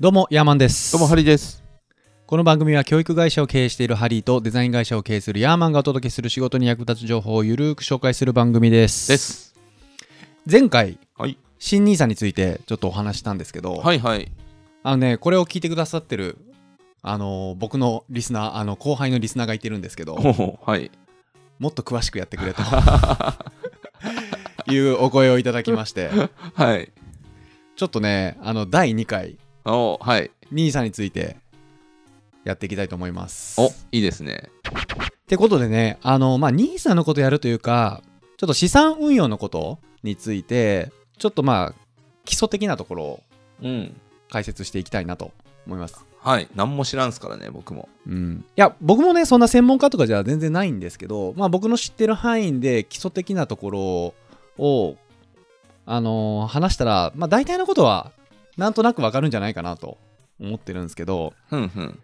どうもヤーマンですどうもハリーです。この番組は教育会社を経営しているハリーとデザイン会社を経営するヤーマンがお届けする仕事に役立つ情報をゆるーく紹介する番組ですです。前回はい。新ニーサについてちょっとお話ししたんですけど、はいはい。あのねこれを聞いてくださってるあの僕のリスナーあの後輩のリスナーがいてるんですけどほうほうはい。もっと詳しくやってくれ というお声をいただきましてはい。ちょっとねあの第2回おはい。ニーサについてやっていきたいと思いますおいいですね。ってことでね、あの、まあ、ニーサのことやるというか、ちょっと資産運用のことについて、ちょっとまあ、基礎的なところをうん。解説していきたいなと思います。はい。何も知らんすからね、僕も。うん。いや、僕もね、そんな専門家とかじゃ全然ないんですけど、まあ、僕の知ってる範囲で基礎的なところを、あのー話したら、まあ、大体のことは、なんとなくわかるんじゃないかなと思ってるんですけど、ふんふん。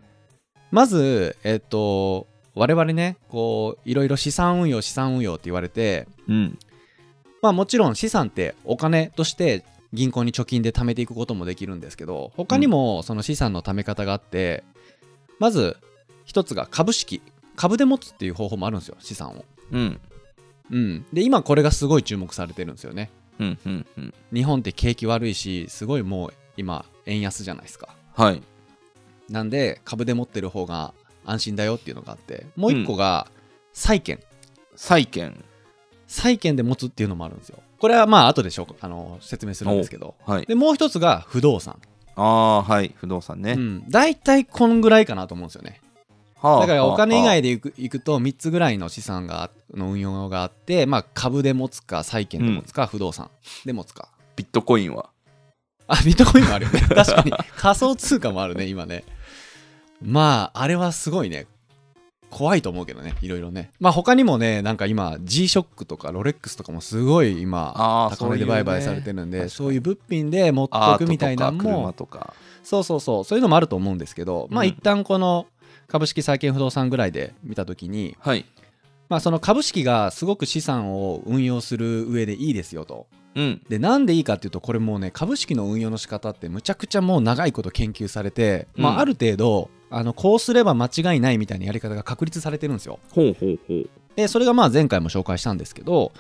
まず、えっと、我々ね、こう、いろいろ資産運用、資産運用って言われて、うん。まあもちろん資産ってお金として銀行に貯金で貯めていくこともできるんですけど他にもその資産の貯め方があって、まず一つが株式株で持つっていう方法もあるんですよ資産を、うん。うん、で今これがすごい注目されてるんですよねうん。うん。うん。日本って景気悪いしすごいもう今円安じゃないですかはい。なんで株で持ってる方が安心だよっていうのがあってもう一個が債券、債券。債券で持つっていうのもあるんですよこれはまあ後でしょうあの説明するんですけどはい。でもう一つが不動産ああ、はい。不動産ね。うん、大体こんぐらいかなと思うんですよねはあだからお金以は外でいくいくと3つぐらいの資産がの運用があって、まあ、株で持つか債券で持つか、不動産で持つかあビットコインは。あビットコインもある よね確かに仮想通貨もあるね今ねまああれはすごいね怖いと思うけどねいろいろねまあ他にもねなんか今 G-SHOCK とかロレックスとかもすごい今あー高値でそういうね売買されてるんで確かにそういう物品で持っとアートくみたいとなかのも車とか。そうそうそうそういうのもあると思うんですけど、まあうん一旦この株式債券不動産ぐらいで見た時に、はい。まあ、その株式がすごく資産を運用する上でいいですよとうん。でなんでいいかっていうとこれもうね株式の運用の仕方ってむちゃくちゃもう長いこと研究されて、まうんあ、ある程度あのこうすれば間違いないみたいなやり方が確立されてるんですよほうほうほう。でそれがまあ前回も紹介したんですけど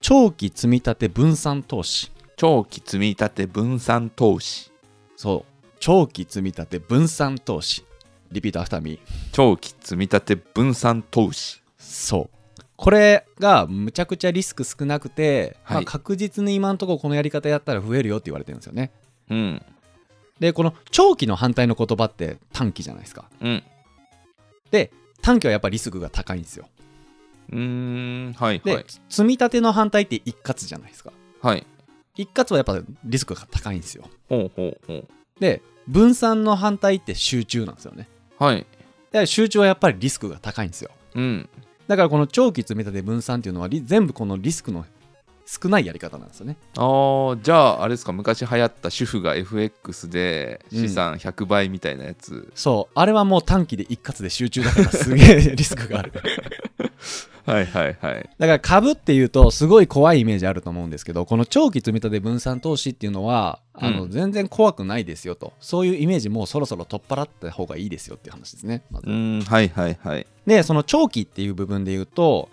長期積み立て分散投資長期積み立て分散投資。そう長期積み立て分散投資リピートアフターミー長期積み立て分散投資。そうこれがむちゃくちゃリスク少なくて、はいまあ、確実に今のところこのやり方やったら増えるよって言われてるんですよねうん。でこの長期の反対の言葉って短期じゃないですかうん。で短期はやっぱりリスクが高いんですようーん。はいで、はい。積み立ての反対って一括じゃないですかはい。一括はやっぱリスクが高いんですよほうほうほう。で分散の反対って集中なんですよねはい。で集中はやっぱりリスクが高いんですようん。だからこの長期積み立て分散っていうのはリ全部このリスクの少ないやり方なんですよねああ、じゃあ、あれですか、昔流行った主婦が FX で資産100倍みたいなやつ。そう、あれはもう短期で一括で集中だからすげえリスク がある。だかはいはいはい。ら株っていうとすごい怖いイメージあると思うんですけど、この長期積み立て分散投資っていうのは、あのうん全然怖くないですよと、そういうイメージもうそろそろ取っ払った方がいいですよっていう話ですね。まずうん、はいはいはい。で、その長期っていう部分で言うと、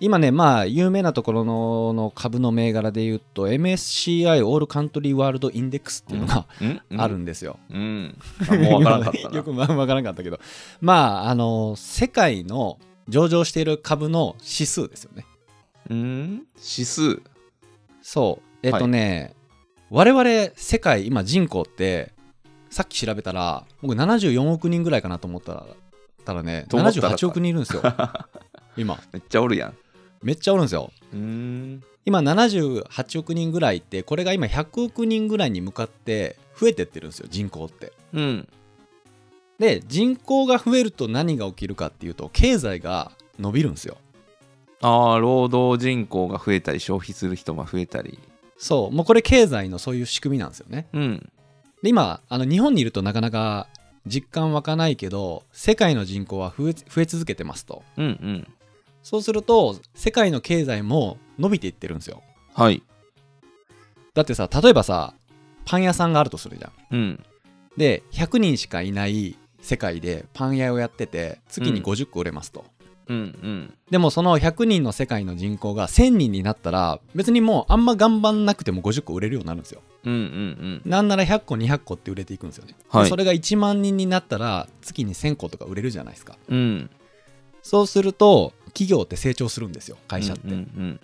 今ね、まあ、有名なところのの株の銘柄で言うと、MSCI オールカントリーワールドインデックスっていうのがうんある。んですよ。うん。あもうわからんかった今 な。よくわからんかったけど。まあ、あの、世界の上場している株の指数ですよね。うん指数。そう。えっとね、我々世界、今人口って、さっき調べたら、僕74億人ぐらいかなと思ったら、たらね、と思ったら78億人いるんです よ。今。めっちゃおるやん。めっちゃおるんですよ。うん。今78億人ぐらいって、これが今100億人ぐらいに向かって増えてってるんですよ、人口って。うん。で人口が増えると何が起きるかっていうと経済が伸びるんですよああ、労働人口が増えたり、消費する人が増えたり。そうもうこれ経済のそういう仕組みなんですよねうん。で今あの日本にいるとなかなか実感湧かないけど世界の人口は増え増え続けてますとうんうん。そうすると世界の経済も伸びていってるんですよはい。だってさ例えばさパン屋さんがあるとするじゃんうん。で100人しかいない世界でパン屋をやってて月にうん50個売れますと、うんでもその100人の世界の人口が1000人になったら別にもうあんま頑張んなくても50個売れるようになるんですようんうんうんなんなら100個200個って売れていくんですよね、はいでそれが1万人になったら月に1000個とか売れるじゃないですかうんうんそうすると企業って成長するんですよ会社って、うんうん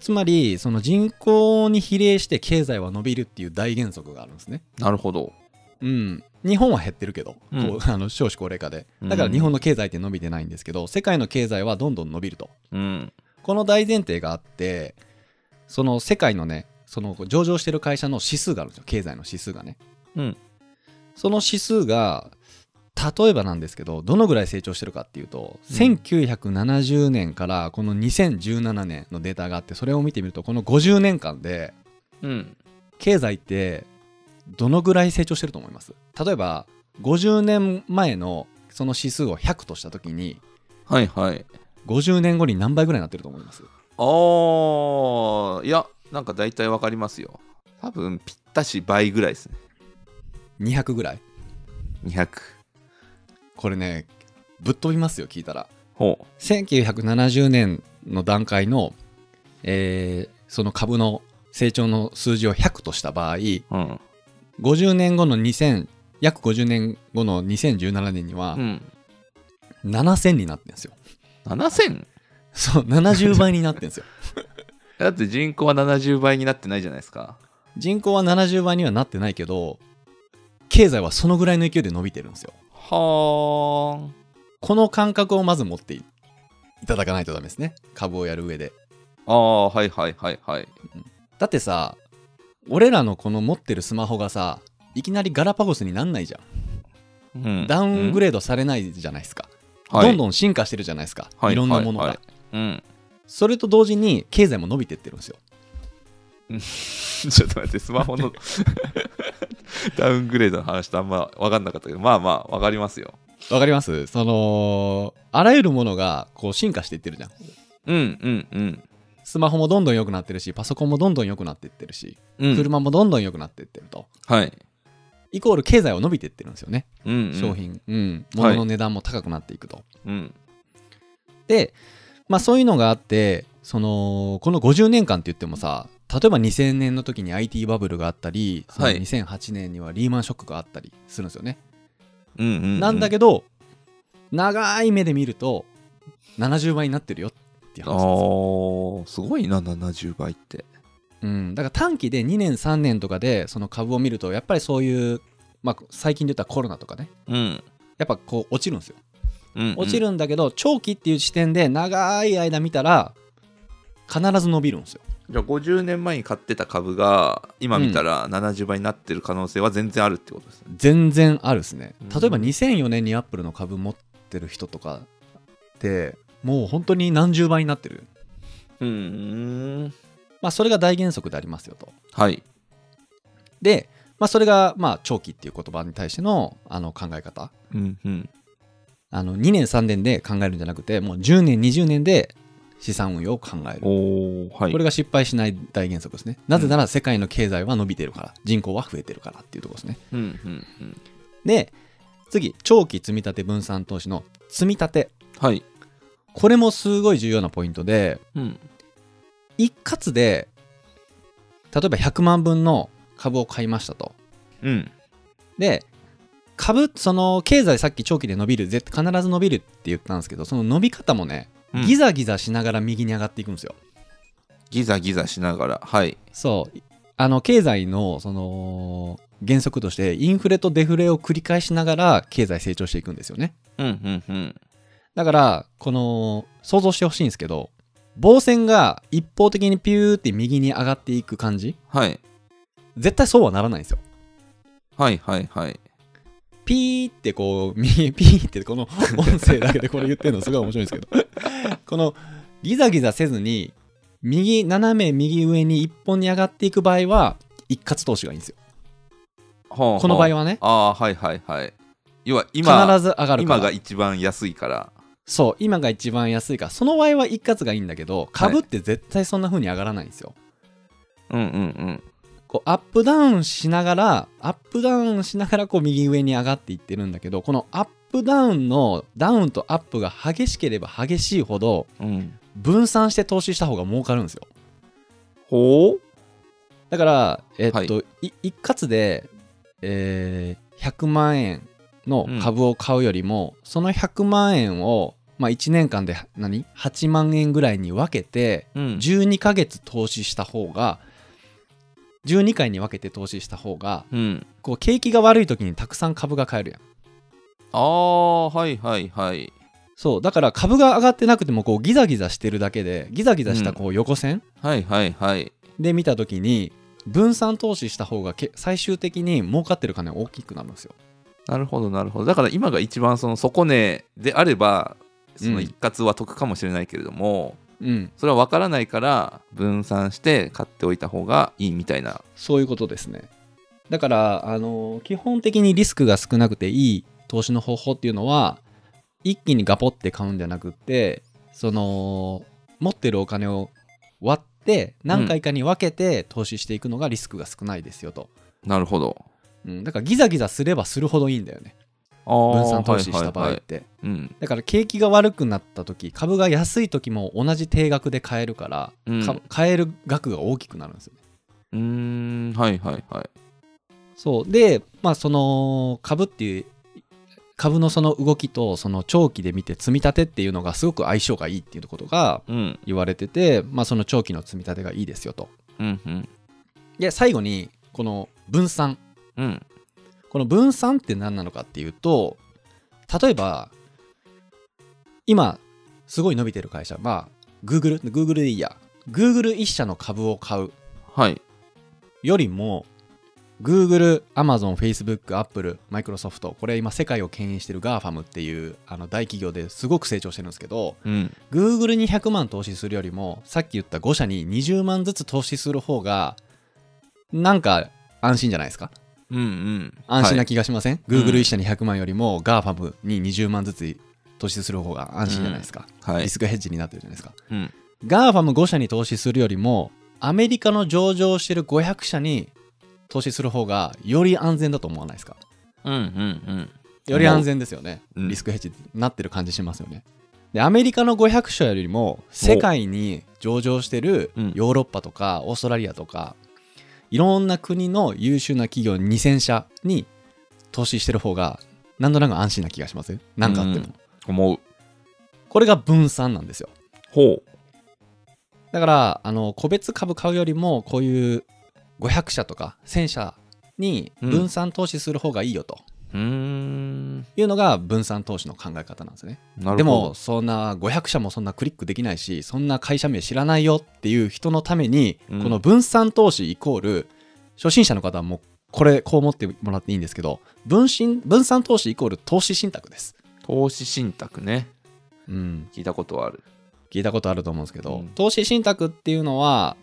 つまりその人口に比例して経済は伸びるっていう大原則があるんですねなるほどうん、日本は減ってるけど、こううんあの少子高齢化でだから日本の経済って伸びてないんですけど、世界の経済はどんどん伸びるとうんこの大前提があってその世界のねその上場してる会社の指数があるんですよ経済の指数がねうんその指数が例えばなんですけどどのぐらい成長してるかっていうと、うん1970年からこの2017年のデータがあってそれを見てみるとこの50年間でうん経済ってどのぐらい成長してると思います例えば50年前のその指数を100とした時にはいはい50年後に何倍ぐらいになってると思いますあーいやなんか大体わかりますよ多分ぴったし倍ぐらいですね ?200 ぐらい200これねぶっ飛びますよ聞いたらほう1970年の段階の、えーその株の成長の数字を100とした場合うん50年後の2000約50年後の2017年にはうん7000になってるんですよ。 7000? そう70倍になってるんですよ だって人口は70倍になってないじゃないですか人口は70倍にはなってないけど経済はそのぐらいの勢いで伸びてるんですよはーんこの感覚をまず持っていただかないとダメですね株をやる上でああはいはいはいはいだってさ俺らのこの持ってるスマホがさいきなりガラパゴスになんないじゃんうんダウングレレードされないじゃないですか、ーどんどん進化してるじゃないですか、はいい、ろんなものが、はいはうん それと同時に経済も伸びてってるんですよちょっと待って、スマホの ダウングレードの話とあんま分かんなかったけど、まあまあ、分かりますよ。わかりますそのあらゆるものがこう進化していってるじゃんうんうんうん。スマホもどんどん良くなってるしパソコンもどんどん良くなっていってるしうん、車もどんどん良くなっていってると、はい。イコール経済は伸びていってるんですよね、うん、うん。商。品、うん、はい物の値段も高くなっていくと。うん。で、まあ、そういうのがあってそのこの50年間って言ってもさ例えば2000年の時に IT バブルがあったり、そのはい2008年にはリーマンショックがあったりするんですよね。うんうん、うん。なんだけど長い目で見ると70倍になってるよっていう話あなんですよー、すごいな、70倍って。うん、だから短期で2年3年とかでその株を見るとやっぱりそういう、まあ、最近で言ったらコロナとかねうん。やっぱこう落ちるんですようん、うん落ち。るんだけど長期っていう視点で長い間見たら必ず伸びるんですよじゃあ、50年前に買ってた株が、今見たら70倍になってる可能性は全然あるってことですね。全然あるですねうん例えば2004年にアップルの株持ってる人とかってもう本当に何十倍になってるうん。うんまあそれが大原則でありますよとはい。で、まあ、それがまあ長期っていう言葉に対してのあの考え方うんうん。あの2年3年で考えるんじゃなくてもう10年20年で資産運用を考えるおー、はい。これが失敗しない大原則ですねなぜなら世界の経済は伸びてるから人口は増えてるからっていうところですねうんうんうん。で次長期積み立て分散投資の積み立てはい。これもすごい重要なポイントでうん。一括で例えば100万分の株を買いましたとうん。で株その経済さっき長期で伸びる絶必ず伸びるって言ったんですけどその伸び方もねうんギザギザしながら右に上がっていくんですよ、ギザギザしながら。はい。そうあの経済のその原則としてインフレとデフレを繰り返しながら経済成長していくんですよねうんうんうん。だから、この、想像してほしいんですけど、棒線が一方的にピューって右に上がっていく感じはい。絶対そうはならないんですよ。はいはいはい。ピーってこう、右、 ピーって この音声だけでこれ言ってるのすごい面白いんですけど、このギザギザせずに、右、斜め右上に一本に上がっていく場合は、一括投資がいいんですよ。ここの場合は。はね、ああ、はいはいはい。要は必今、ず上がるか今ら。が一番安いから。そう、今が一番安いから、その場合は一括がいいんだけど、株って絶対そんな風に上がらないんですよ。うんうんうん。ここうアップダウンしながらアップダウンしながらこう右上に上がっていってるんだけどこのアップダウンのダウンとアップが激しければ激しいほどうん。分散して投資した方が儲かるんですよほだから、えっとはいい一括で、えー100万円の株を買うよりも、その100万円を、まあ、1年間で何8万円ぐらいに分けてううん。 12ヶ月投資した方が12回に分けて投資した方がうん。こう景気が悪い時にたくさん株が買えるやんああ、はいはいはい。そうだから株が上がってなくてもこうギザギザしてるだけでギザギザしたこう横線はいはいはい。で見た時に分散投資した方がけ最終的に儲かってる金は大きくなるんですよなるほどなるほど。だから今が一番その底値であれば、その一括は得かもしれないけれども、うんそれは分からないから分散して買っておいた方がいいみたいな。そういうことですねだから、あの基本的にリスクが少なくていい投資の方法っていうのは一気にガポって買うんじゃなくってその持ってるお金を割って何回かに分けて投資していくのがリスクが少ないですよと、なるほど。うん、だからギザギザすればするほどいいんだよね分分散投資した場合って、うん。だから景気が悪くなった時株が安い時も同じ定額で買えるから、うんか買える額が大きくなるんですよねうーん、はいはいはい。そうでまあその株っていう株のその動きとその長期で見て積み立てっていうのがすごく相性がいいっていうことがうん。言われてて、まあ、その長期の積み立てがいいですよとうんうん。で最後にこの分散うん。この分散って何なのかっていうと例えば今すごい伸びてる会社まあ Google Google でいいや Google 一社の株を買うはい。よりも Google、Amazon、Facebook、Apple、Microsoft これ今世界を牽引してる GAFAM っていうあの大企業ですごく成長してるんですけどうん。 Google に100万投資するよりもさっき言った5社に20万ずつ投資する方がなんか安心じゃないですかうんうん。安心なき気がしません、うん Google 一社に100万よりも GAFAM に20万ずつ投資する方が安心じゃないですか、はリい。スクヘッジになってるじゃないですかうん。 GAFAM5 社に投資するよりもアメリカの上場してる500社に投資する方がより安全だと思わないですかうんうんより安全ですよね、うんリスクヘッジになってる感じしますよねでアメリカの500社よりも世界に上場してるうんヨーロッパとかオーストラリアとかいろんな国の優秀な企業2000社に投資してる方が何となく安心な気がしますなんかあっても、うん思う。これが分散なんですよほう。だからあの個別株買うよりもこういう500社とか1000社に分散投資する方がいいよとうーん。いうのが分散投資の考え方なんですね。なるほど。でも、そんな500社もそんなクリックできないしそんな会社名知らないよっていう人のために、うんこの分散投資イコール初心者の方はもうこれこう思ってもらっていいんですけど分身分散投資イコール投資信託です。投資信託ね。うん、聞いたことはある。聞いたことあると思うんですけど、うん投資信託っていうのは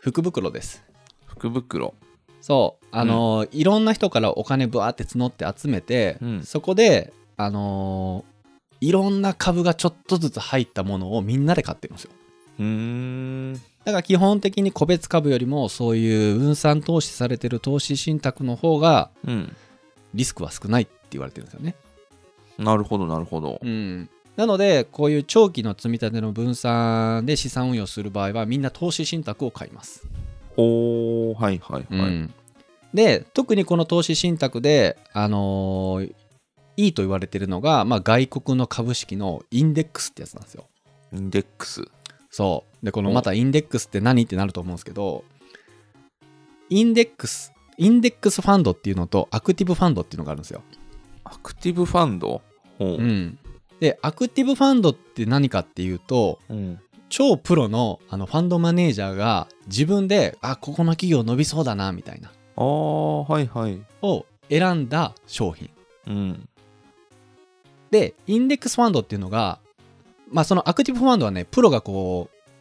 福袋です。福袋。そうあのーいろんな人からお金ぶわーって募って集めて、うんそこであのーいろんな株がちょっとずつ入ったものをみんなで買ってるんですようーん。だから基本的に個別株よりもそういう分散投資されてる投資信託の方がうん。リスクは少ないって言われてるんですよねなるほど、なるほど。うんなのでこういう長期の積み立ての分散で資産運用する場合はみんな投資信託を買いますほう。はいはいうはい。んで特にこの投資信託で、あのーいいと言われてるのが、まあ、外国の株式のインデックスってやつなんですよ。インデックス。そうでこのおまたインデックスって何ってなると思うんですけどインデックスインデックスファンドっていうのとアクティブファンドっていうのがあるんですよ。アクティブファンドほうう。ん、でアクティブファンドって何かっていうとうん。超プロのあのファンドマネージャーが自分であここの企業伸びそうだなみたいなああ、はいはい。を選んだ商品。うん。で、インデックスファンドっていうのが、まあ、そのアクティブファンドはね、プロがこう、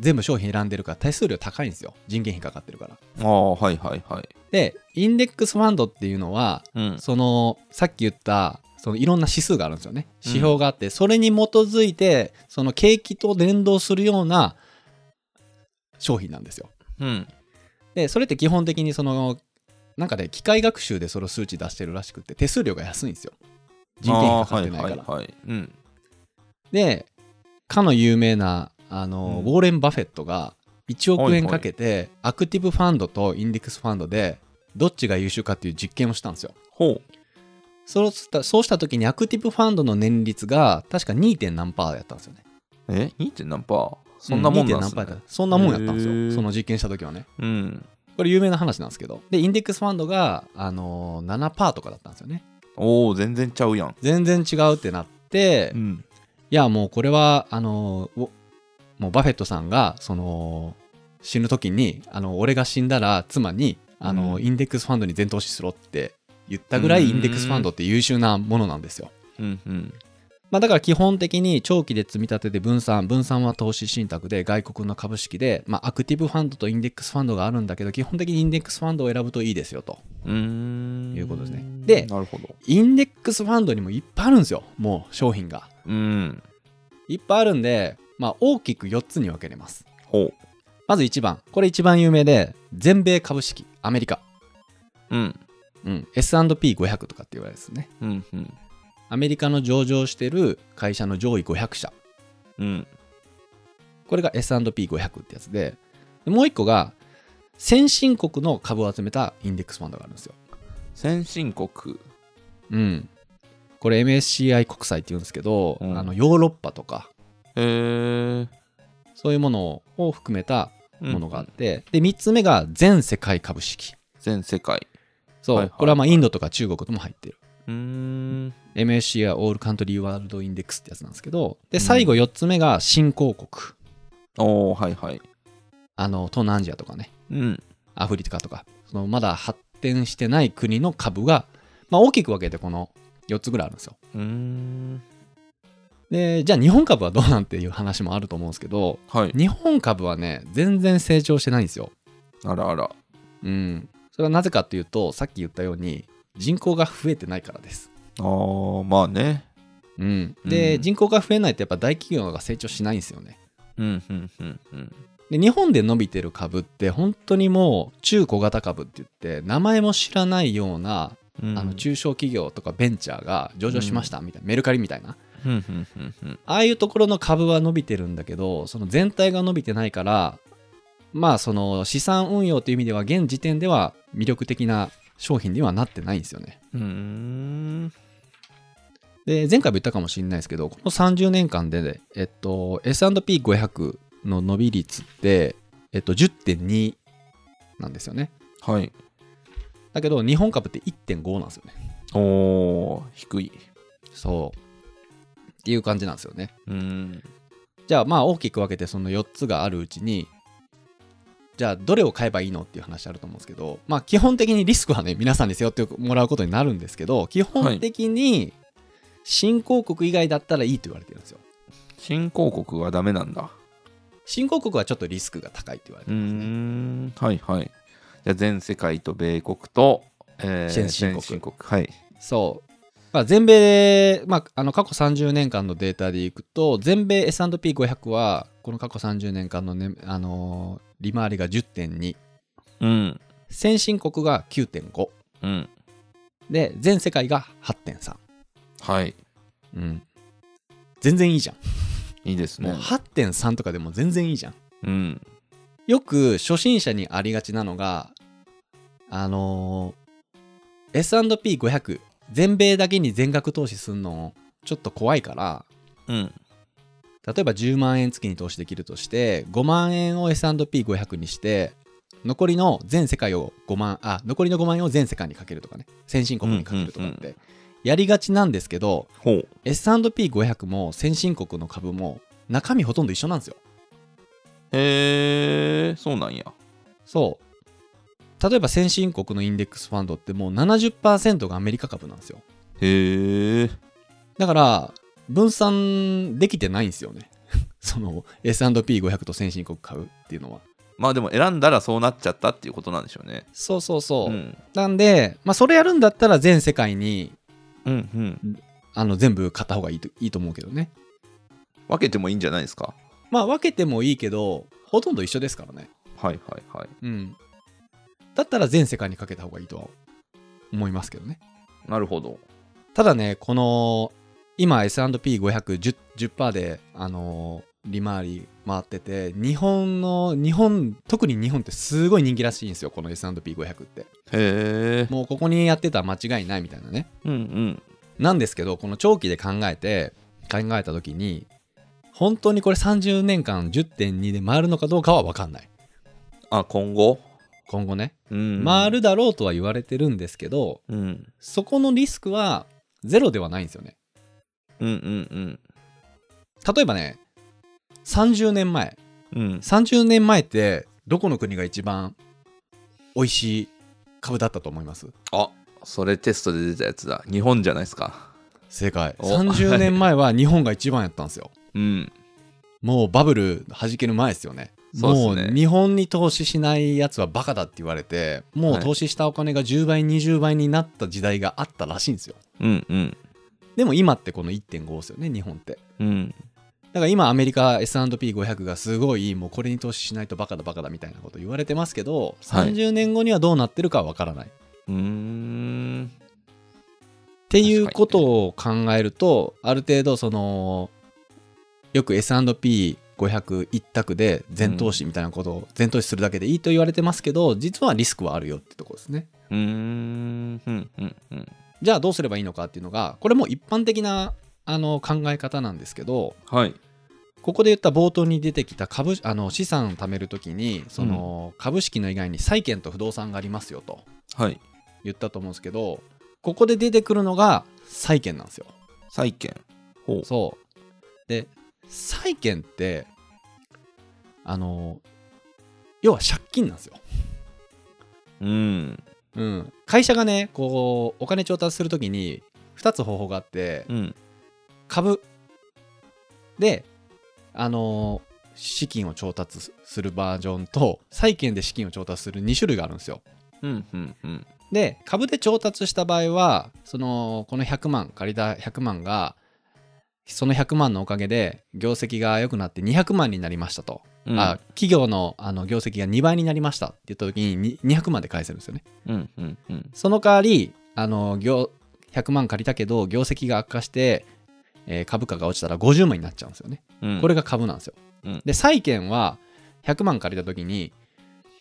全部商品選んでるから手数料高いんですよ。人件費かかってるから。ああ、はいはいはい。で、インデックスファンドっていうのは、うん。その、さっき言った、そのいろんな指数があるんですよね。指標があって、それに基づいて、その景気と連動するような商品なんですよ。うん。でそれって基本的にそのなんかね機械学習でその数値出してるらしくって手数料が安いんですよ人件費かかってないから、あーはいはいはいうんでかの有名なあの、うんウォーレン・バフェットが1億円はいはいかけて、アクティブファンドとインデックスファンドでどっちが優秀かっていう実験をしたんですよほうそうしたそうした時にアクティブファンドの年率が確か 2. 点何パーやったんですよねえ 2. 何パーそんなもんなんす 2. 何ねパーやったそんなもんやったんですへよーその実験した時はねうんこれ有名な話なんですけどでインデックスファンドが、あのー7パーとかだったんですよねおお全然ちゃうやん全然違うってなって、いんやもうこれはあのーおもうバフェットさんがその死ぬ時にあの俺が死んだら妻にあのー、うんインデックスファンドに全投資しろって言ったぐらいインデックスファンドって優秀なものなんですようんうんまあ、だから基本的に長期で積み立てで分散分散は投資信託で外国の株式で、まあ、アクティブファンドとインデックスファンドがあるんだけど基本的にインデックスファンドを選ぶといいですよとうーんいうことですねでなるほどインデックスファンドにもいっぱいあるんですよもう商品がうんいっぱいあるんで、まあ、大きく4つに分けれますほまず1番これ一番有名で全米株式アメリカ、ううんうん、S&P500 とかって言われるですねうんうんアメリカの上場してる会社の上位500社うんこれが S&P500 ってやつで、でもう一個が、先進国の株を集めたインデックスファンドがあるんですよ。先進国うん。これ MSCI 国債って言うんですけど、うんあのヨーロッパとか、へえそういうものを含めたものがあって、で、3つ目が全世界株式。全世界そう、はいはいこれはまあインドとか中国とも入ってる。うーん MSCI オールカントリーワールドインデックスってやつなんですけど、で、最後4つ目が新興国。おおはいはいあの、東南アジアとかね。うんアフリカとかそのまだ発展してない国の株が、まあ、大きく分けてこの4つぐらいあるんですよ。うーんでじゃあ日本株はどうなんていう話もあると思うんですけどはい日本株はね全然成長してないんですよ。あらあらうん、それはなぜかっていうとさっき言ったように人口が増えてないからです。あーまあねうん、で、うん人口が増えないとやっぱ大企業が成長しないんですよね。うんうんうんうんで日本で伸びてる株って本当にもう中小型株って言って名前も知らないようなうんあの中小企業とかベンチャーが上場しましたみたいな、メルカリみたいなうんうんうんうんああいうところの株は伸びてるんだけどその全体が伸びてないからまあその資産運用という意味では現時点では魅力的な商品にはなってないんですよねうーんで前回も言ったかもしれないですけどこの30年間で、ね、えっと S&P500 の伸び率ってえっと10.2なんですよねはいだけど日本株って1.5なんですよねおお低いそうっていう感じなんですよねうんじゃあまあ大きく分けてその4つがあるうちにじゃあどれを買えばいいのっていう話あると思うんですけどまあ基本的にリスクはね皆さんに背負ってもらうことになるんですけど基本的に新興国以外だったらいいと言われてるんですよ新興国はダメなんだ新興国はちょっとリスクが高いって言われうてーますねんはいはいじゃあ全世界と米国と、えー先進国先はいそうまあ、全米、まあ、あの過去30年間のデータでいくと全米 S&P500 はこの過去30年間の、ねあのー利回りが10.2うん先進国が9.5うんで全世界が8.3、はいうん、全然いいじゃん、いいですもうね8.3とかでも全然いいじゃんうんよく初心者にありがちなのがあのー S&P500 全米だけに全額投資するのちょっと怖いからうん例えば10万円月に投資できるとして5万円を S&P500 にして残りの全世界を5万あ残りの5万円を全世界にかけるとかね先進国にかけるとかって、うんうんやりがちなんですけど、ほう S&P500 も先進国の株も中身ほとんど一緒なんですよ。へえそうなんやそう。例えば先進国のインデックスファンドってもう70%がアメリカ株なんですよ。へえだから分散できてないんですよね。 その S&P500 と先進国株っていうのは。まあでも選んだらそうなっちゃったっていうことなんでしょうねそうそうそう。んなんで、まあそれやるんだったら全世界にうんうんあの全部買った方がいいといいと思うけどね。分けてもいいんじゃないですかまあ分けてもいいけど、ほとんど一緒ですからね。はいはいはいうん。だったら全世界にかけた方がいいとは思いますけどね。なるほど。ただね、この、今 S&P510% 10%で、あのー利回り回ってて、日本の、日本、特に日本ってすごい人気らしいんですよ、この S&P500 って。へえ。もうここにやってたら間違いないみたいなね。うんうん。なんですけど、この長期で考えて、考えた時に、本当にこれ30年間10.2で回るのかどうかは分かんない。あ、今後今後ね。うん。回るだろうとは言われてるんですけど、うん。うんそこのリスクはゼロではないんですよね。うんうん。例えばね、30年前。うん。 30年前って、どこの国が一番美味しい株だったと思いますあ、それテストで出たやつだ。日本じゃないですか。正解。お30年前は日本が一番やったんですよ。うん。もうバブル弾ける前ですよね。そうっすねもう日本に投資しないやつはバカだって言われてもう投資したお金が10倍20倍になった時代があったらしいんですようんうん。でも今ってこの1.5ですよね日本ってうん。だから今アメリカ S&P500 がすごいもうこれに投資しないとバカだバカだみたいなこと言われてますけどはい30年後にはどうなってるかはわからない、うーん。っていうことを考えると、ある程度そのよく S&P500 一択で全投資みたいなことを全投資するだけでいいと言われてますけど実はリスクはあるよってとこですねうーん。うんうんうん。じゃあどうすればいいのかっていうのがこれも一般的なあの考え方なんですけどはい。ここで言った冒頭に出てきた株あの資産を貯めるときにその株式の以外に債券と不動産がありますよとはい。言ったと思うんですけどここで出てくるのが債券なんですよ債券。ほう。そう。で、債券って、あの、要は借金なんですよ。うん。うん。会社がね、こう、お金調達するときに、2つ方法があってう、ん。株で、あの、資金を調達すするバージョンと、債券で資金を調達する2種類があるんですよ。うんうんうん。で株で調達した場合はそのこの100万借りた100万がその100万のおかげで業績が良くなって200万になりましたと、うんあ企業のあの業績が2倍になりましたって言った時にに200万で返せるんですよねうんうんうん。その代わりあの業100万借りたけど業績が悪化して、えー株価が落ちたら50万になっちゃうんですよねうんこれが株なんですよ。うんで債券は100万借りた時に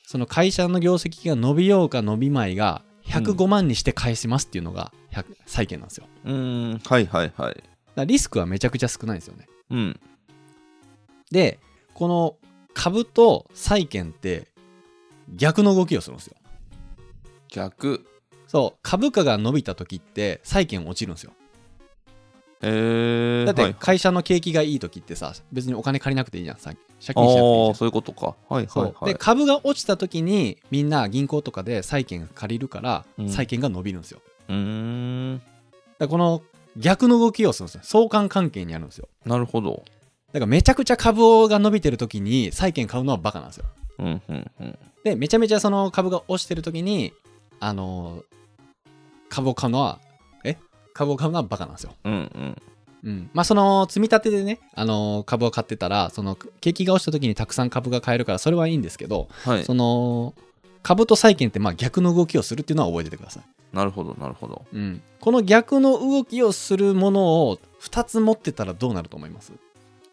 その会社の業績が伸びようか伸びまいが105万にして返しますっていうのが100債券なんですよ。だかうーん。はいはいはい。らリスクはめちゃくちゃ少ないんですよね。うん。でこの株と債券って逆の動きをするんですよ。逆。そう株価が伸びた時って債券落ちるんですよ。へえ。だっはてい会社の景気がいい時ってさ別にお金借りなくていいじゃん債借あ金あしなくていいじゃんー、。そういうことか。はいそうはいはでい。株が落ちた時にみんな銀行とかで債券借りるからうん債券が伸びるんですよ、うーん。だからこの逆の動きをするんですよ相関関係にあるんですよなるほど。だからめちゃくちゃ株が伸びてる時に債券買うのはバカなんですようんうんうん。でめちゃめちゃその株が落ちてる時にあのー株を買うのはえ株を買うのはバカなんですようんうん。うん、まあその積み立てでね、あのー株を買ってたらその景気が落ちた時にたくさん株が買えるからそれはいいんですけど、はいそ。の株と債券ってまあ逆の動きをするっていうのは覚えててください、なるほどなるほど。うん、この逆の動きをするものを2つ持ってたらどうなると思います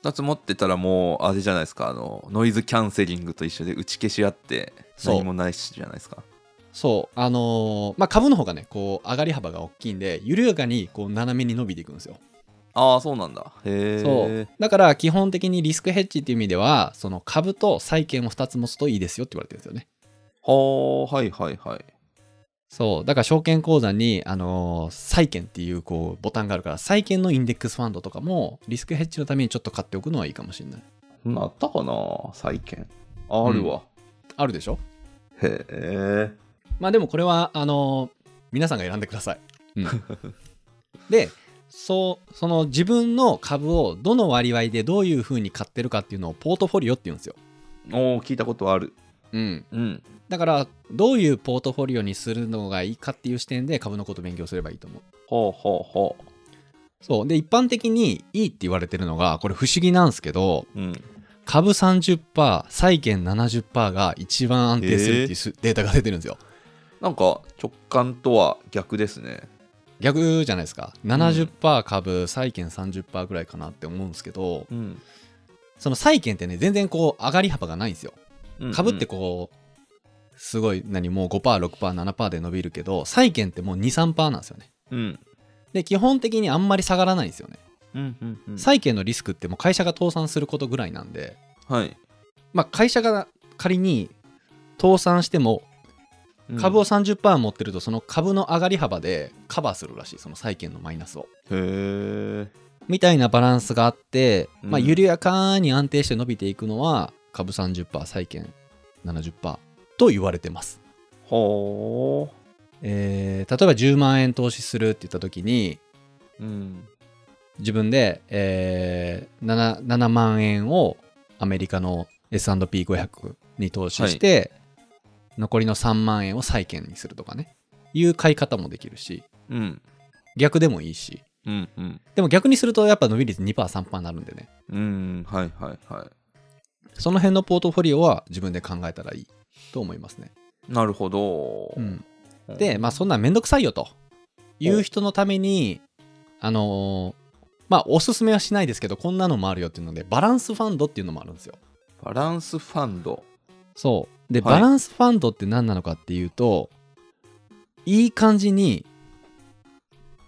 2つ持ってたらもうあれじゃないですかあのノイズキャンセリングと一緒で打ち消し合ってそう何もないしじゃないですかそうあのーまあ株の方がねこう上がり幅が大きいんで緩やかにこう斜めに伸びていくんですよああそうなんだへえそうだから基本的にリスクヘッジっていう意味ではその株と債券を2つ持つといいですよって言われてるんですよねはあはいはいはいそうだから証券口座に、あのー債券っていうこうボタンがあるから債券のインデックスファンドとかもリスクヘッジのためにちょっと買っておくのはいいかもしれないそんなあったかな債券ああるわ、あるでしょへえまあでもこれはあの皆さんが選んでくだ さい。でそうその自分の株をどの割合でどういうふうに買ってるかっていうのをポートフォリオって言うんですよ。おお聞いたことあるうん、うんだからどういうポートフォリオにするのがいいかっていう視点で株のこと勉強すればいいと思う。ほうほうほそうで一般的にいいって言われてるのがこれ不思議なんですけどううん株30%債券70%が一番安定するっていうすデータが出てるんですよ。なんか直感とは逆ですね。逆じゃないですか70%株債券30%ぐらいかなって思うんですけどうん。その債券ってね全然こう上がり幅がないんですよ株ってこうすごい何もう 5%6%7% で伸びるけど債券ってもう23%なんですよねうん。で基本的にあんまり下がらないんですよねうんうんうん。債券のリスクってもう会社が倒産することぐらいなんではい。まあ会社が仮に倒産しても株をへ30%持ってるとその株の上がり幅でカバーするらしいその債券のマイナスをえ。みたいなバランスがあって、まあ、うん緩やかに安定して伸びていくのは株30%債券70%と言われてます、ほえー例えば10万円投資するって言った時にう。うん。自分で、え 7, 7万円をアメリカの S&P500 に投資して、残りの3万円を債券にするとかねいう買い方もできるしうん。逆でもいいしうんうん。でも逆にするとやっぱ伸び率 2%3% になるんでねうん。はいはいはその辺のポートフォリオは自分で考えたらいいと思いますね。い。なるほど。うん、で、まあそんなんめんどくさいよという人のために、あのーまあおすすめはしないですけど、こんなのもあるよっていうので、バランスファンドっていうのもあるんですよ。バランスファンド。そう。で、はバいランスファンドって何なのかっていうと、いい感じに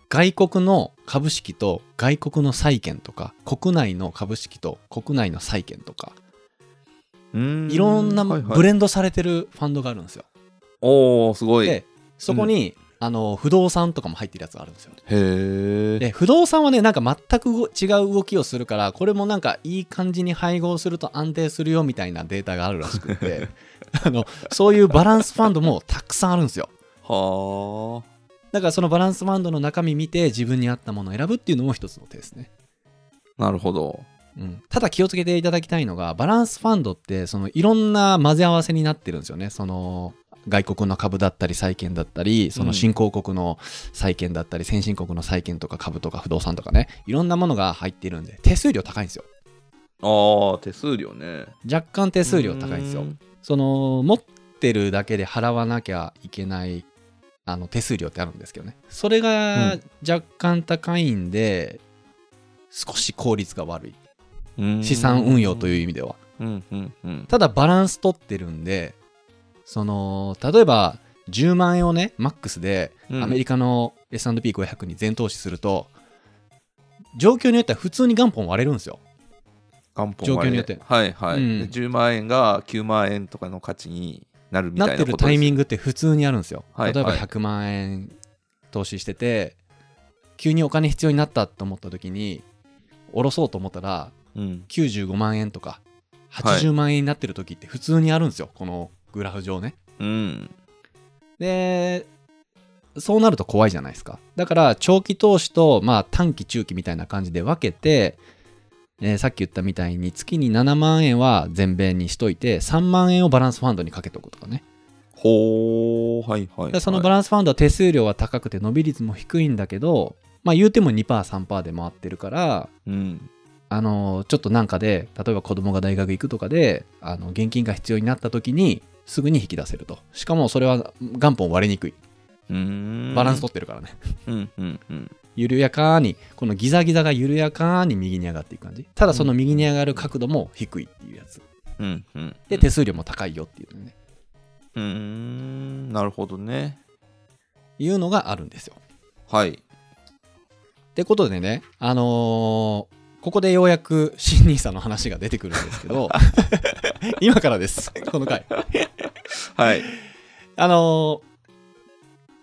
外国の株式と外国の債券とか、国内の株式と国内の債券とか、うんいろんなはいはいブレンドされてるファンドがあるんですよ。おおすごい。へでそこに、あの不動産とかも入ってるやつがあるんですよえ。で不動産はねなんか全く動違う動きをするからこれもなんかいい感じに配合すると安定するよみたいなデータがあるらしくって あのそういうバランスファンドもたくさんあるんですよはあ。だからそのバランスファンドの中身見て自分に合ったものを選ぶっていうのも一つの手ですね、なるほど。うん、ただ気をつけていただきたいのがバランスファンドってそのいろんな混ぜ合わせになってるんですよねその外国の株だったり債券だったりその新興国の債券だったり先進国の債券とか株とか不動産とかねいろんなものが入っているんで手数料高いんですよああ、手数料ね。若干手数料高いんですようんその持ってるだけで払わなきゃいけないあの手数料ってあるんですけどねそれうがん若干高いんで、少し効率が悪いうん資産運用という意味ではうんうんうんただバランス取ってるんでその例えば10万円をねマックスでうんアメリカの S&P500 に全投資すると、状況によっては普通に元本割れるんですよ元本状況割れによってはいはい、うんで10万円が9万円とかの価値になるみたいなっなことてでするタイミグングって普通にあるんですよ、はい例えばはい100万円投資してて急にお金必要になったと思った時に下ろそうと思ったらうん95万円とかはい80万円になってる時って普通にあるんですよ、このグラフ上ねうんでそうなると怖いじゃないですかだから長期投資と、まあ、短期中期みたいな感じで分けて、えーさっき言ったみたいに月に7万円は全米にしといて3万円をバランスファンドにかけておくとかねほーはいはい、はでい、そのバランスファンドは手数料は高くて伸び率も低いんだけど、まあ、言うても 2%3% で回ってるからうんあのちょっとなんかで例えば子供が大学行くとかであの現金が必要になった時にすぐに引き出せるとしかもそれは元本割れにくいうーんバランス取ってるからねうんうんうん緩やかにこのギザギザが緩やかに右に上がっていく感じただその右に上がる角度も低いっていうやつうんうんで手数料も高いよっていうねうーんなるほどねいうのがあるんですよはいってことでねあのーここでようやく新ニーサの話が出てくるんですけど今からですこの回はいあのー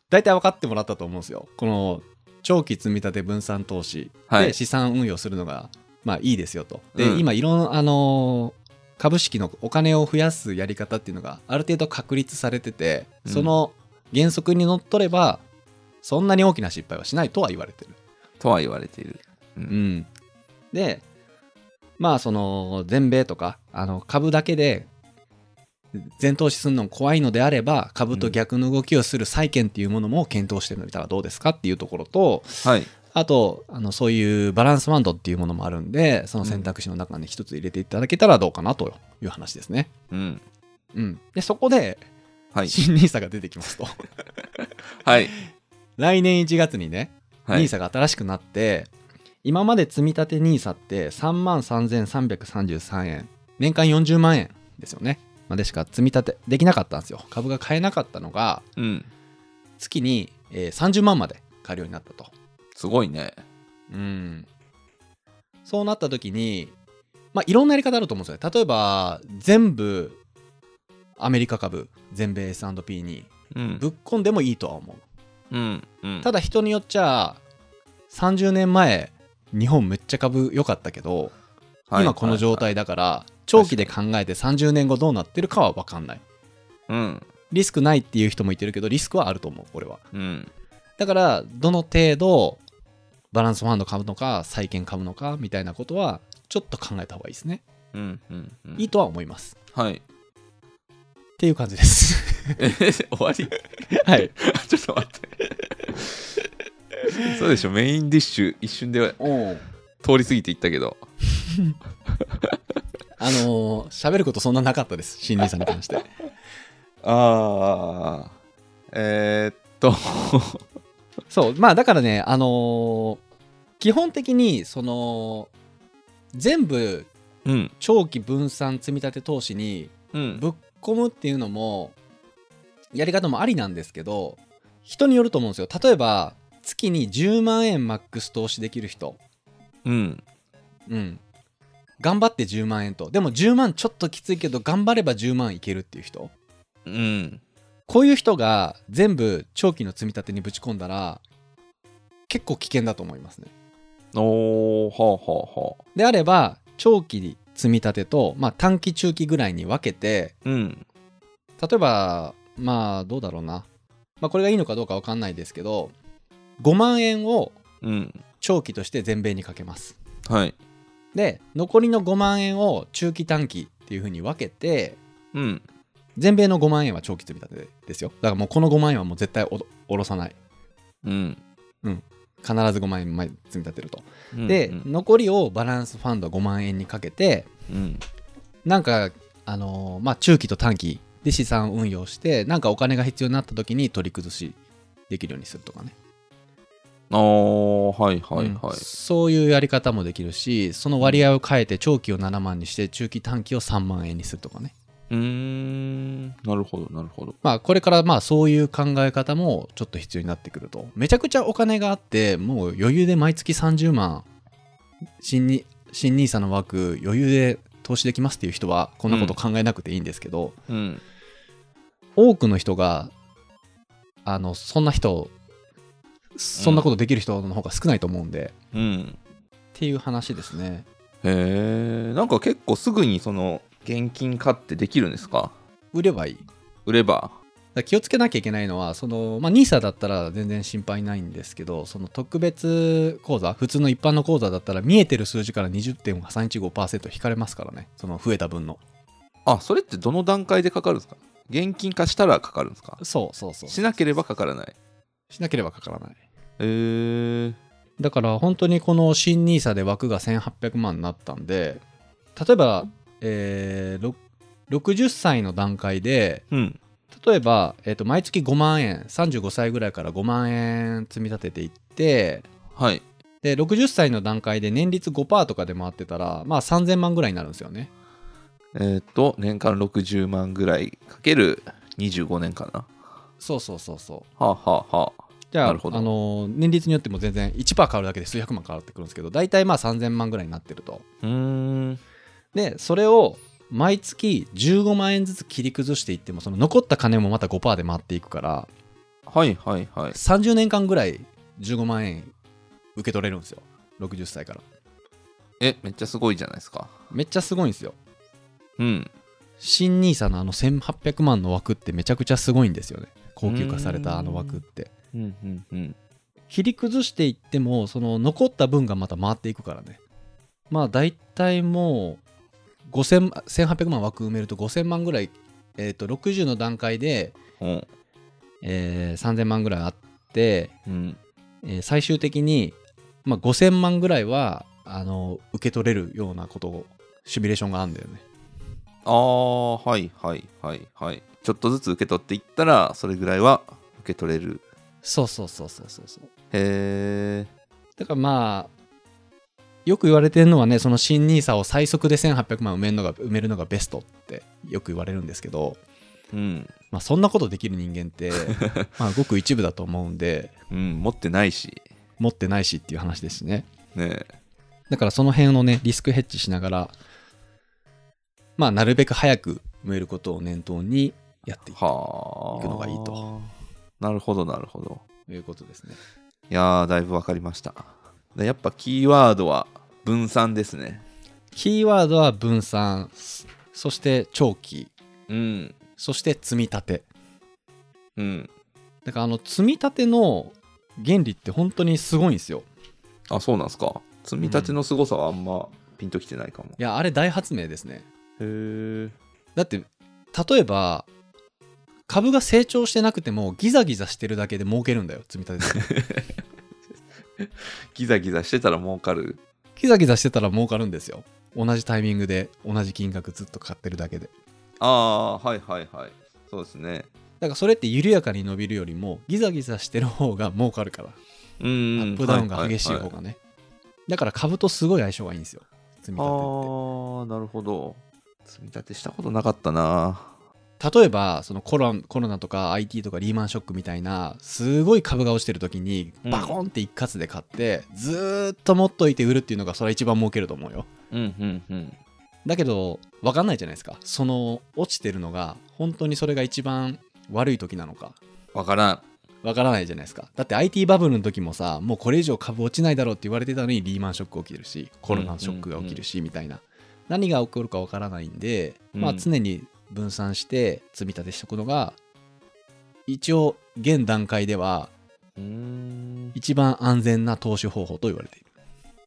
大体分かってもらったと思うんですよこの長期積み立て分散投資はでい資産運用するのがまあいいですよと。で、うん今いろんな、あのー株式のお金を増やすやり方っていうのがある程度確立されてて、うんその原則にのっとればそんなに大きな失敗はしないとは言われてる。とは言われているううん、でまあその全米とかあの株だけで全投資するの怖いのであれば株と逆の動きをする債券っていうものも検討してみたらどうですかっていうところと、はいあとあのそういうバランスファンドっていうものもあるんでその選択肢の中に一つ入れていただけたらどうかなという話ですね。うんうん、でそこではい。新 NISA が出てきますと。 はい。来年1月にね、はい。 NISA が新しくなって、今まで積み立て NISA って3万3333円、年間40万円ですよね。までしか積み立てできなかったんですよ。株が買えなかったのが、うん。月に、えー30万まで買えるようになったと。すごいね。うん。そうなった時に、まあ、いろんなやり方あると思うんですよね。例えば、全部、アメリカ株、全米 S&P にうん。ぶっこんでもいいとは思う。うん。うん。ただ人によっちゃ30年前日本めっちゃ株良かったけど、はい今この状。態だから長期で考えて30年後どうなってるかは分かんないはいはいリスクないっていう人もいてるけどリスクはあると思う俺はうん。うん。だからどの程度バランスファンド株のか債券株のかみたいなことはちょっと考えた方がいいですね、うん。うん。うんいいとは思いますはい。っていう感じです え、終わり はいちょっと待って。 そうでしょ、メインディッシュ一瞬でお通り過ぎていったけど。あのー喋ることそんななかったです新理さんに関してああ。えー、っと。 そう、まあだからね、あのー基本的に、その、全部うん。長期分散積み立て投資にうん。ぶっ込むっていうのも、やり方もありなんですけど、人によると思うんですよ。例えば、月に10万円マックス投資できる人、うん。うん。頑張って10万円と。でも10万ちょっときついけど、頑張れば10万いけるっていう人。うん。こういう人が全部長期の積み立てにぶち込んだら、結構危険だと思いますね。おー、ほうほうほであれば長期積み立てと、まあ、短期中期ぐらいに分けてう。うん。例えばまあどうだろうな、まあ、これがいいのかどうか分かんないですけど5万円をうん。長期として全米にかけますはい。で残りの5万円を中期短期っていう風に分けてうん。全米の5万円は長期積み立てですよだからもうこの5万円はもう絶対おど下ろさないうん。必ず5万円前に積み立てると、うんでうん残りをバランスファンド5万円にかけてうん。なんか、あのーまあ、中期と短期で資産運用して、なんかお金が必要になった時に取り崩しできるようにするとかね。おー、はいはいうんはい。そういうやり方もできるし、その割合を変えて長期を7万にして、中期短期を3万円にするとかね。うーん。なるほど、なるほど。まあ、これからまあそういう考え方もちょっと必要になってくると。めちゃくちゃお金があって、もう余裕で毎月30万、新に新ニーサの枠余裕で投資できますっていう人は、こんなこと考えなくていいんですけど、うん。多くの人があのそんな人そんなことできる人の方が少ないと思うんで、っうん。ていう話ですねへえ、なんか結構すぐにその現金化ってできるんですか売ればいいだか売れば。ら気をつけなきゃいけないのはその、まあ、NISA だったら全然心配ないんですけどその特別口座普通の一般の口座だったら見えてる数字から20.315%引かれますからねその増えた分のあ、それってどの段階でかかるんですか現金化したらかかるんですかそうそうそうしなければかからない。しなければかからないへえ。だから本当にこの新 NISA で枠が1800万になったんで例えば、えーろ60歳の段階でうん。例えば、えーと毎月5万円35歳ぐらいから5万円積み立てていってはい。で60歳の段階で年率5%とかで回ってたらまあ3000万ぐらいになるんですよねえーっと、年間60万ぐらいかける25年かな。そうそうそうそうはあ、はあはあ、じゃあ、あのなるほどー年率によっても全然1%変わるだけで数百万変わってくるんですけど大体まあ3000万ぐらいになってるとうーん。でそれを毎月15万円ずつ切り崩していってもその残った金もまた5%で回っていくからはいはいはい。 30年間ぐらい15万円受け取れるんですよ60歳からえ、めっちゃすごいじゃないですか。めっちゃすごいんですようん。新 NISA のあの1800万の枠ってめちゃくちゃすごいんですよね高級化されたあの枠ってうんうんうん。切り崩していってもその残った分がまた回っていくからねまあ大体もう5000 1800万枠埋めると5000万ぐらいえっ、と60の段階でうん。えー3000万ぐらいあって、うん。えー最終的に、まあ、5000万ぐらいはあの受け取れるようなことをシミュレーションがあるんだよねああ、はいはいはいはい。ちょっとずつ受け取っていったらそれぐらいは受け取れるそうそうそうそうそうそうへえだからまあよく言われてるのはねその新ニーサを最速で1800万埋めるのが埋めるのがベストってよく言われるんですけど、うん、まあ、そんなことできる人間って まあごく一部だと思うんでうん、持ってないし持ってないしっていう話ですしねねえだからその辺をねリスクヘッジしながらまあなるべく早く埋めることを念頭にやっていくはあ行くのがいいとなるほどなるほどということですねいやーだいぶ分かりましたでやっぱキーワードは分散ですねキーワードは分散そして長期うんそして積み立てうんだからあの積み立ての原理って本当にすごいんですよあそうなんですか積み立ての凄さはあんまピンときてないかも、いやあれ大発明ですねへえだって例えば株が成長してなくてもギザギザしてるだけで儲けるんだよ積み立てって ギザギザしてたら儲かるギザギザしてたら儲かるんですよ同じタイミングで同じ金額ずっと買ってるだけでああはいはいはいそうですねだからそれって緩やかに伸びるよりもギザギザしてる方が儲かるから、うアんうんップダウンが激しいは方はがね、だから株とすごい相性がいいんですよ積み立てってああなるほど積み立てしたことなかったな例えばそのコロコロナとか IT とかリーマンショックみたいなすごい株が落ちてる時にうんバコンって一括で買って、ずーっと持っといて売るっていうのがそれは一番儲けると思うようんうんうんだけど分かんないじゃないですかその落ちてるのが本当にそれが一番悪い時なのかわからん分からないじゃないですかだって IT バブルの時もさもうこれ以上株落ちないだろうって言われてたのにリーマンショック起きるしコロナショックが起きるしみたいな何が起こるか分からないんで、まうあ、ん常に分散して積み立てしておくのが一応現段階ではうーん一番安全な投資方法と言われている、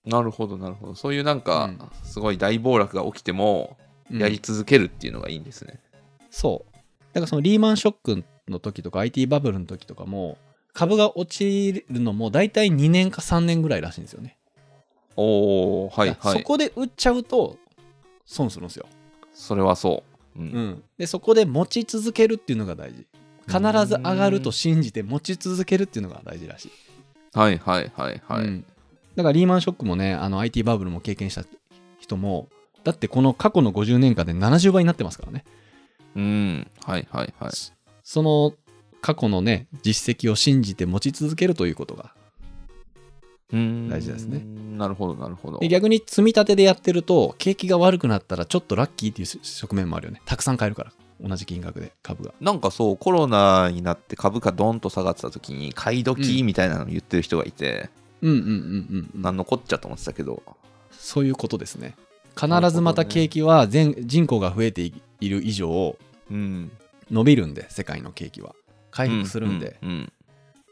なるほどなるほどそういうなんか、うんすごい大暴落が起きてもうんやり続けるっていうのがいいんですね、そうだからそのリーマンショックの時とか IT バブルの時とかも株が落ちるのも大体2年か3年ぐらいらしいんですよね、おおはいだからはそいこで売っちゃうと損するんですよそれはそう、うんうん、でそこで持ち続けるっていうのが大事必ず上がると信じて持ち続けるっていうのが大事らしい、はいはいはいはい、うんだからリーマンショックもねあの IT バブルも経験した人もだってこの過去の50年間で70倍になってますからねうん、はいはいはい。その過去のね実績を信じて持ち続けるということが大事ですねうん。なるほど、なるほど。で逆に積み立てでやってると景気が悪くなったらちょっとラッキーっていう側面もあるよねたくさん買えるから同じ金額で株がなんかそう、コロナになって株価ドンと下がってた時に、買い時みたいなの言ってる人がいて、うんうんうんうん、うん、なんのこっちゃと思ってたけど、そういうことですね。必なるほずどねまた景気は全、人口が増えている以上うん。伸びるんで世界の景気は回復するんで、うんうんうん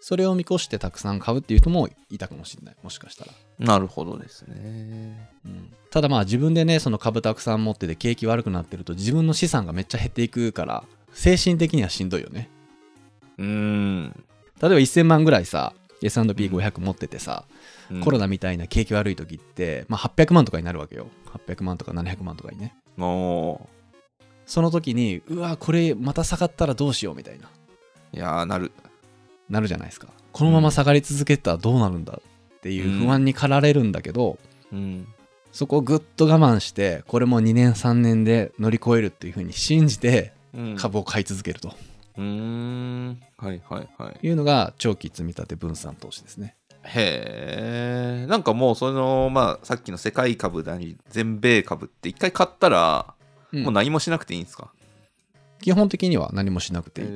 それを見越してたくさん買うっていう人もいたかもしれないもしかしたら、なるほどですね。うんただまあ自分でねその株たくさん持ってて景気悪くなってると自分の資産がめっちゃ減っていくから精神的にはしんどいよねうん。例えば1000万ぐらいさ S&P500 持っててさ、うんコロナみたいな景気悪い時って、まあ、800万とかになるわけよ800万とか700万とかにねもその時にうわこれまた下がったらどうしようみたいなう、いやー、なる。なるじゃないですかこのまま下がり続けたらどうなるんだっていう不安に駆られるんだけど、うん。そこをぐっと我慢してこれも2年3年で乗り越えるっていうふうに信じてうん株を買い続けるとうーん。はいはいはい。いうのが長期積み立て分散投資ですねへえ。なんかもう、その、まあ、さっきの世界株なり、全米株って、一回買ったら、うんもう何もしなくていいんですか、基本的には何もしなくていい、へ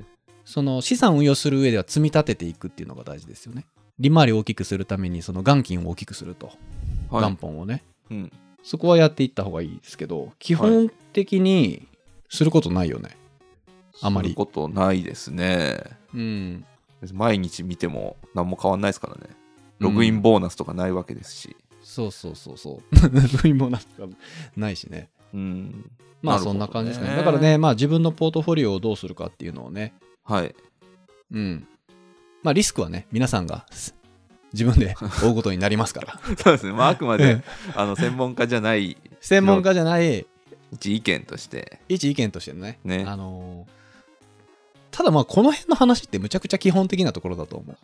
えその資産運用する上では積み立てていくっていうのが大事ですよね利回りを大きくするためにその元金を大きくすると、は元い。本をねうん。そこはやっていった方がいいですけど基本的にすることないよね、あまりすることないですね。うん毎日見ても何も変わんないですからね。ログインボーナスとかないわけですし。そうそうそうそう。 類もなんかないしね。うん。まあなるそほどねんな感じですかね。だからね、まあ自分のポートフォリオをどうするかっていうのをね、はい。うん。まあリスクはね、皆さんがす自分 で負うことになりますから。そうですね。まあ、あくまうでん、あの、専門家じゃない専門家じゃない一意見として。一意見としてね、ねあのーただまあこの辺の話ってむちゃくちゃ基本的なところだと思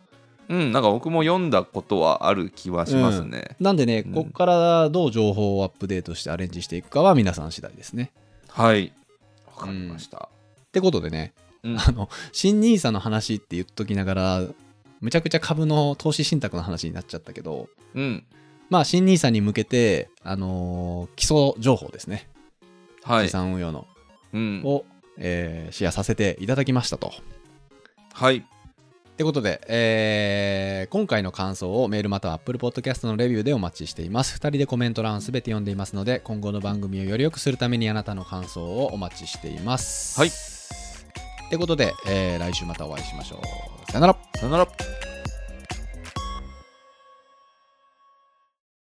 うん、なんか僕も読んだことはある気はしますね。うなんでねうんここからどう情報をアップデートしてアレンジしていくかは皆さん次第ですねはい。わかりました。ってことでねうんあの新ニーサの話って言っときながらむちゃくちゃ株の投資信託の話になっちゃったけどうん。まあ新ニーサに向けてあのー基礎情報ですねは資い。産運用のうん。を、えーシェアさせていただきましたとはい。ってことで、えー今回の感想をメールまたは Apple Podcast のレビューでお待ちしています。2人でコメント欄すべて読んでいますので、今後の番組をより良くするためにあなたの感想をお待ちしています。はいってことで、えー来週またお会いしましょう。さよなら。さよなら。